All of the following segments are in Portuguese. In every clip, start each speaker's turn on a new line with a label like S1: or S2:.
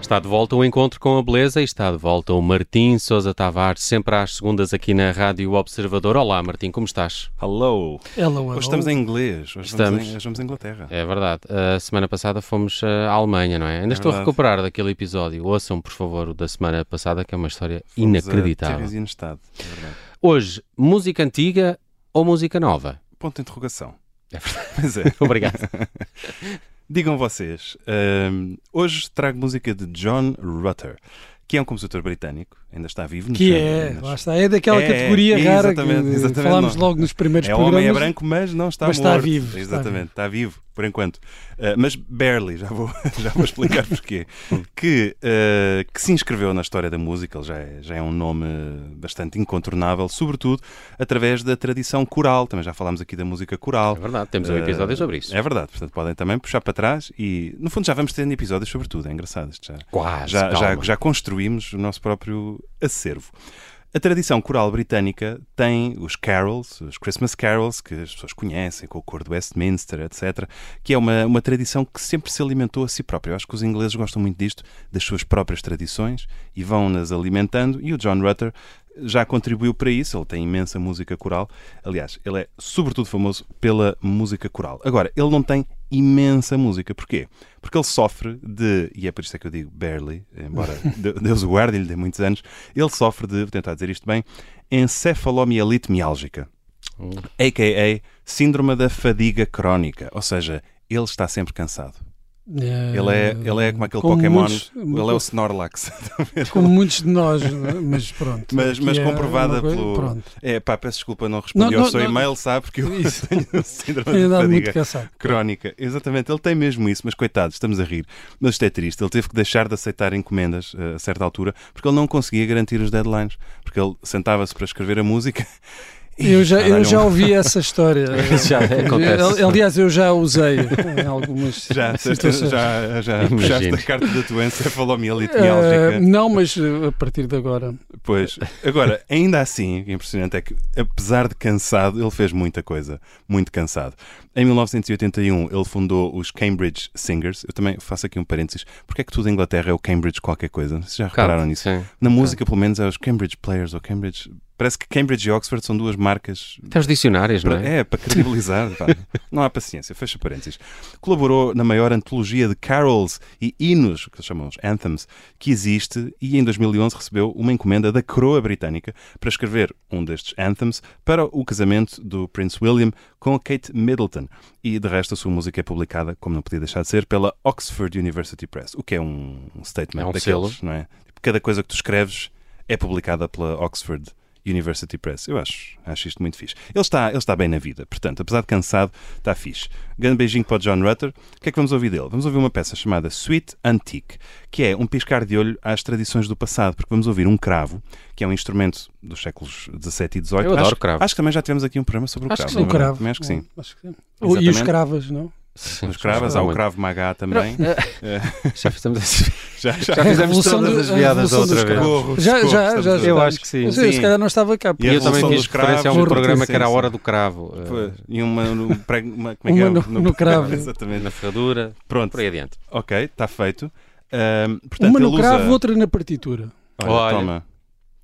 S1: está de volta o encontro com a beleza e está de volta o Martim Sousa Tavares, sempre às segundas aqui na Rádio Observador. Olá, Martim, como estás?
S2: Hello.
S3: Hello, hello.
S2: Hoje estamos em inglês. Hoje estamos,
S1: Estamos.
S2: em, hoje vamos à Inglaterra.
S1: É verdade. A semana passada fomos uh, à Alemanha, não é? Ainda
S2: É
S1: estou a
S2: verdade.
S1: recuperar daquele episódio. Ouçam, por favor, o da semana passada, que é uma história
S2: Fomos a
S1: inacreditável.
S2: Terras e Inestado, é verdade.
S1: Hoje, música antiga ou música nova?
S2: Ponto de interrogação.
S1: É verdade.
S2: Mas é.
S1: Obrigado.
S2: Digam vocês, hum, hoje trago música de John Rutter, que é um compositor britânico, ainda está vivo. nos
S3: Que
S2: anos-
S3: é,
S2: nos-
S3: lá está, é daquela
S2: É,
S3: categoria
S2: é,
S3: rara
S2: exatamente,
S3: que
S2: exatamente,
S3: falámos
S2: não.
S3: logo nos primeiros
S2: É
S3: programas.
S2: homem, é branco, mas não está
S3: mas está
S2: morto.
S3: vivo, está
S2: Exatamente, está vivo. por enquanto. Ah, mas barely, já vou, já vou explicar porquê. que, ah, que se inscreveu na história da música, ele já é, já é um nome bastante incontornável, sobretudo através da tradição coral. Também já falámos aqui da música coral.
S1: É verdade, temos um
S2: Ah,
S1: episódio sobre isso.
S2: É verdade, portanto podem também puxar para trás e, no fundo, já vamos tendo episódios sobre tudo, é engraçado isto já
S1: Quase,
S2: já, já,
S1: calma.
S2: já construímos o nosso próprio acervo. A tradição coral britânica tem os carols, os Christmas carols, que as pessoas conhecem, com o cor do Westminster, etc., que é uma, uma tradição que sempre se alimentou a si própria. Eu acho que os ingleses gostam muito disto, das suas próprias tradições, e vão-nas alimentando, e o John Rutter já contribuiu para isso, ele tem imensa música coral. Aliás, ele é sobretudo famoso pela música coral. Agora, ele não tem imensa música. Porquê? Porque ele sofre de, e é por isso é que eu digo barely, embora de- Deus o guarde, ele tem muitos anos, ele sofre de, vou tentar dizer isto bem, encefalomielite miálgica,
S1: Hum.
S2: a.k.a. síndrome da fadiga crónica, ou seja, ele está sempre cansado.
S3: É,
S2: Ele é, ele é como aquele
S3: como
S2: Pokémon,
S3: muitos-
S2: ele é o Snorlax.
S3: Como muitos de nós, não é? mas pronto.
S2: Mas,
S3: aqui
S2: mas
S3: é
S2: comprovada
S3: uma coisa-
S2: pelo.
S3: Pronto.
S2: É pá, peço desculpa, não respondi
S3: Não,
S2: ao
S3: não,
S2: seu
S3: não.
S2: e-mail, sabe? Porque eu
S3: Isso.
S2: tenho síndrome
S3: Tenho
S2: de
S3: andado muito
S2: fadiga
S3: cansado.
S2: crónica. Exatamente, ele tem mesmo isso, mas coitado, estamos a rir. Mas isto é triste, ele teve que deixar de aceitar encomendas eh, a certa altura porque ele não conseguia garantir os deadlines. Porque ele sentava-se para escrever a música. e
S3: Eu já, eu
S2: dá-lhe
S3: já
S2: um-
S3: ouvi essa história.
S1: já acontece. é?
S3: Eu- Aliás, eu já a usei em algumas
S2: Já,
S3: situações.
S2: já, já
S1: Imagino.
S2: puxaste a carta da tua encefalomielite
S3: Eh,
S2: miálgica.
S3: não, mas eh, a partir de agora.
S2: Pois, agora, ainda assim, o impressionante é que, apesar de cansado, ele fez muita coisa, muito cansado. Em 1981, ele fundou os Cambridge Singers. Eu também faço aqui um parênteses. Porque é que tudo em Inglaterra é o Cambridge qualquer coisa? Vocês já repararam
S1: Claro,
S2: nisso?
S1: sim.
S2: Na música, pelo menos, é os Cambridge Players ou Cambridge. Parece que Cambridge e Oxford são duas marcas
S1: Até os dicionários, não
S2: para-
S1: é?
S2: é? para credibilizar. pá. Não há paciência, fecha parênteses. Colaborou na maior antologia de carols e hinos, que se chamam os anthems, que existe e em 2011 recebeu uma encomenda da coroa britânica para escrever um destes anthems para o casamento do Prince William com a Kate Middleton. E de resto a sua música é publicada, como não podia deixar de ser, pela Oxford University Press, o que é um um statement
S1: É um
S2: daqueles,
S1: selo.
S2: não é? Tipo, Cada coisa que tu escreves é publicada pela Oxford University Press. Eu acho, acho isto muito fixe. Ele está, ele está bem na vida, portanto, apesar de cansado, está Tá fixe. Grande beijinho para o John Rutter. O que é que vamos ouvir dele? Vamos ouvir uma peça chamada Sweet Antique, que é um piscar de olho às tradições do passado, porque vamos ouvir um cravo, que é um instrumento dos séculos XVII e XVIII.
S1: Eu adoro
S2: acho,
S1: cravo.
S2: Acho que também já tivemos aqui um programa sobre o
S1: Acho que sim.
S2: cravo. não é
S3: O
S2: verdade?
S3: cravo.
S2: Também acho que sim.
S3: Acho que sim. Ou- E os
S2: Exatamente.
S3: cravas, não?
S2: Os cravas, há o cravo magá também.
S1: Já fizemos esse-
S2: Já, já.
S1: Já fizemos
S3: revolução
S1: todas
S3: do-
S1: as
S3: a
S1: viadas
S3: revolução
S1: outra
S3: dos
S1: vez.
S3: cravos.
S2: Socorro,
S3: Já,
S2: socorro,
S3: já,
S2: estamos
S3: já.
S2: a-
S3: ajudamos.
S1: Eu acho que sim.
S3: Mas eu,
S2: Sim.
S3: Se calhar não estava cá. porque
S2: E a
S1: E eu também
S2: Revolução
S1: fiz
S2: dos Cravos,
S1: referência a um
S3: Porto,
S1: programa que era a
S2: sim, sim.
S1: Hora do Cravo. eh,
S2: E uma, um prego, uma, como é que é?
S3: Uma no- no cravo.
S2: Exatamente.
S1: Na ferradura,
S2: Pronto,
S1: por aí adiante.
S2: ok, está feito. Ahm, portanto,
S3: Uma
S2: ele
S3: no cravo,
S2: usa...
S3: outra na partitura.
S2: Olha,
S1: Olha.
S2: toma.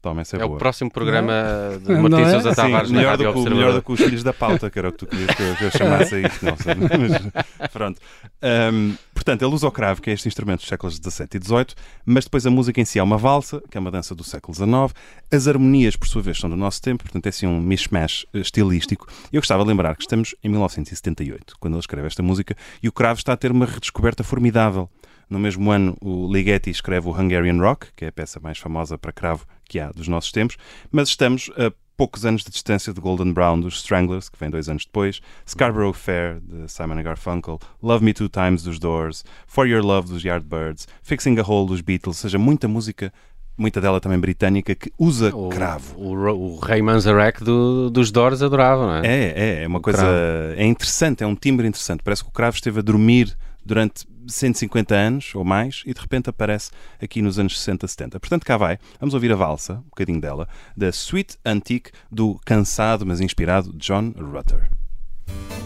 S2: Toma, essa é,
S1: É o
S2: boa.
S1: próximo programa de
S3: Não
S1: Martins
S3: é?
S1: Sousa
S3: Sim,
S1: Tavares
S2: Sim,
S1: na
S2: melhor, do
S1: Rádio
S2: que, o- melhor do
S1: Observador.
S2: que os filhos da pauta, que era o que tu querias que eu, que eu chamasse aí. Não, sei, mas, pronto. Ahm, portanto, ele usa o cravo, que é este instrumento dos séculos XVII e XVIII, mas depois a música em si é uma valsa, que é uma dança do século XIX. As harmonias, por sua vez, são do nosso tempo, portanto é assim um mishmash eh, estilístico. Eu gostava de lembrar que estamos em 1978, quando ele escreve esta música, e o cravo está a ter uma redescoberta formidável. No mesmo ano, o Ligeti escreve o Hungarian Rock, que é a peça mais famosa para cravo que há dos nossos tempos, mas estamos a poucos anos de distância de Golden Brown dos Stranglers, que vem dois anos depois, Scarborough Fair, de Simon and Garfunkel, Love Me Two Times dos Doors, For Your Love dos Yardbirds, Fixing a Hole dos Beatles, ou seja, muita música, muita dela também britânica, que usa
S1: O-
S2: cravo.
S1: O, Ro- o Rei Manzarek do- dos Doors adorava, não é?
S2: É, é, é uma coisa.
S1: cravo.
S2: É interessante, é um timbre interessante. Parece que o cravo esteve a dormir durante 150 anos ou mais e de repente aparece aqui nos anos 60, 70. Portanto, cá vai. Vamos ouvir a valsa, um bocadinho dela, da Sweet Antique do cansado mas inspirado John Rutter.
S4: Thank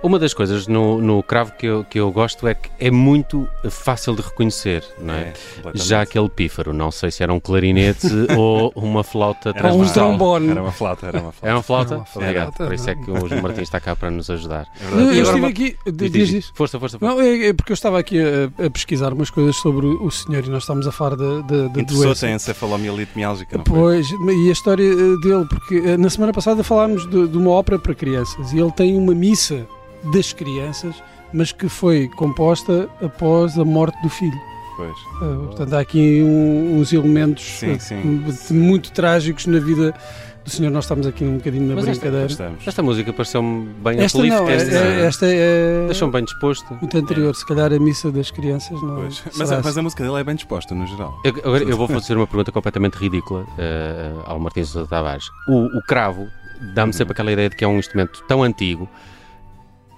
S1: Uma das coisas no, no cravo que eu, que eu gosto é que é muito fácil de reconhecer, não é?
S2: completamente.
S1: Já aquele pífaro, não sei se era um clarinete ou uma flauta
S2: Era
S3: um
S2: uma-
S1: transversal.
S3: trombone.
S2: Era uma flauta, era uma
S1: É
S2: flauta.
S1: uma flauta?
S3: Era uma flauta,
S1: Obrigado. Por isso é
S3: não.
S1: que o José Martins está cá para nos ajudar.
S2: É
S3: Eu, eu
S2: verdade.
S1: E agora
S3: estive
S1: uma-
S3: aqui,
S1: Diz,
S3: diz,
S1: diz,
S3: diz.
S1: Força, força, força.
S3: Não, é, é porque eu estava aqui a, a pesquisar umas coisas sobre o, o senhor e nós estávamos a falar da, da, da
S2: Interessou-se
S3: doença.
S2: em encefalomielite miálgica, não foi?
S3: Pois, e a história eh, dele, porque eh, na semana passada falámos de, de uma ópera para crianças e ele tem uma missa das crianças, mas que foi composta após a morte do filho.
S2: Pois.
S3: Eh, portanto, há aqui um- uns elementos
S2: Sim,
S3: eh,
S2: sim.
S3: de- muito trágicos na vida do senhor. Nós estamos aqui um bocadinho na
S1: Mas esta-
S3: brincadeira.
S2: Estamos.
S1: Esta música pareceu-me bem
S3: Esta não,
S1: apelífica.
S3: é-
S2: esta-
S3: é- esta é
S1: Deixou-me bem disposto.
S3: muito anterior. Se calhar a missa das crianças não.
S2: Pois.
S3: será
S2: Mas, a- mas
S3: assim.
S2: a música dele é bem disposta, no geral.
S1: Eu, agora eu vou fazer uma pergunta completamente ridícula eh, ao Martins Sousa Tavares. O, o cravo dá-me sempre aquela ideia de que é um instrumento tão antigo.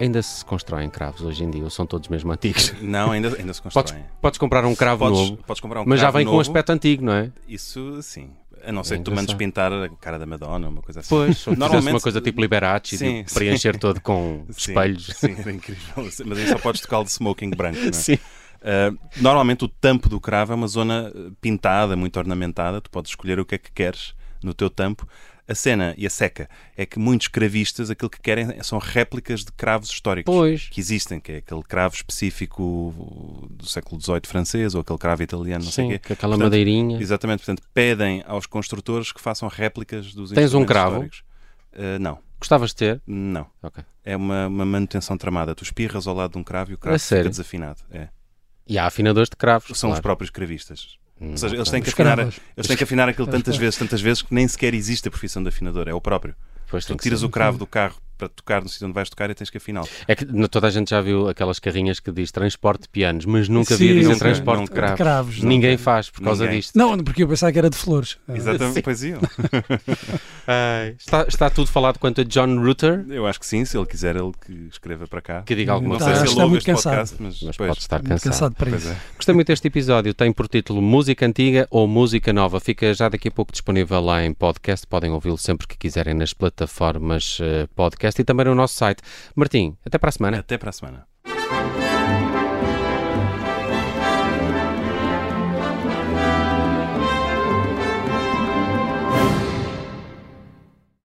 S1: Ainda se constroem cravos hoje em dia, ou são todos mesmo antigos?
S2: Não, ainda, ainda se
S1: Podes,
S2: constrói.
S1: podes comprar um cravo
S2: Podes,
S1: novo,
S2: podes comprar um
S1: mas já
S2: cravo
S1: vem com um
S2: novo.
S1: aspecto antigo, não é?
S2: Isso sim. A não ser
S1: É
S2: que tu mandes
S1: engraçado.
S2: pintar a cara da Madonna, uma coisa assim.
S1: Pois, ou fizesse
S2: Normalmente-
S1: uma coisa tipo Liberace,
S2: Sim,
S1: de
S2: sim.
S1: preencher todo com
S2: Sim,
S1: espelhos.
S2: Sim, era incrível. Mas aí só podes tocar de smoking branco. não é?
S1: Sim.
S2: Uh, normalmente o tampo do cravo é uma zona uh, pintada, muito ornamentada. Tu podes escolher o que é que queres no teu tampo. A cena e a seca é que muitos cravistas aquilo que querem são réplicas de cravos históricos
S1: Pois.
S2: que existem, que é aquele cravo específico do século XVIII francês ou aquele cravo italiano, não sei
S1: Sim,
S2: o quê.
S1: com aquela
S2: Portanto,
S1: madeirinha.
S2: Exatamente, portanto, pedem aos construtores que façam réplicas dos
S1: Tens um
S2: instrumentos
S1: cravo?
S2: históricos. Uh, não,
S1: Gostavas de ter?
S2: não.
S1: Ok.
S2: É uma, uma manutenção tramada. Tu espirras ao lado de um cravo e o cravo
S1: A
S2: fica
S1: sério?
S2: desafinado. É.
S1: E há afinadores de cravos.
S2: São os
S1: claro.
S2: próprios cravistas.
S1: Hum,
S2: Ou seja, eles
S1: ok.
S2: têm, que
S3: Os
S2: afinar,
S3: cravos.
S2: eles têm que afinar aquilo
S3: Os
S2: tantas
S3: cravos.
S2: vezes, tantas vezes que nem sequer existe a profissão de afinador, é o próprio.
S1: Pois
S2: Tu
S1: tem que ser.
S2: tiras o cravo do carro para tocar no sítio onde vais tocar e tens que afinar.
S1: É que no- toda a gente já viu aquelas carrinhas que diz transporte de pianos, mas nunca
S3: Sim,
S1: vi dizer
S2: nunca,
S1: transporte
S2: nunca.
S1: de cravos. é?
S3: Cravos, não.
S1: Ninguém faz por causa
S2: Ninguém.
S1: disto.
S3: Não, porque eu pensava que era de flores.
S1: Ah.
S2: Exatamente, pois é. iam.
S1: Está, está tudo falado quanto a John Rutter,
S2: Eu acho que sim, se ele quiser, ele que escreva para cá.
S1: que diga alguma
S2: Não
S3: Tá,
S2: sei
S1: coisa.
S2: se ele
S3: está
S2: ouve
S3: muito
S2: este
S3: cansado.
S2: podcast, mas,
S1: Mas
S2: pois,
S1: pode estar
S3: Ah, Muito
S1: cansado.
S3: cansado para
S2: pois
S3: isso.
S2: é.
S1: Gostei muito deste episódio. Tem por título Música Antiga ou Música Nova. Fica já daqui a pouco disponível lá em podcast. Podem ouvi-lo sempre que quiserem nas plataformas eh, podcast e também no nosso site. Martim, até para a semana.
S2: Até para a semana.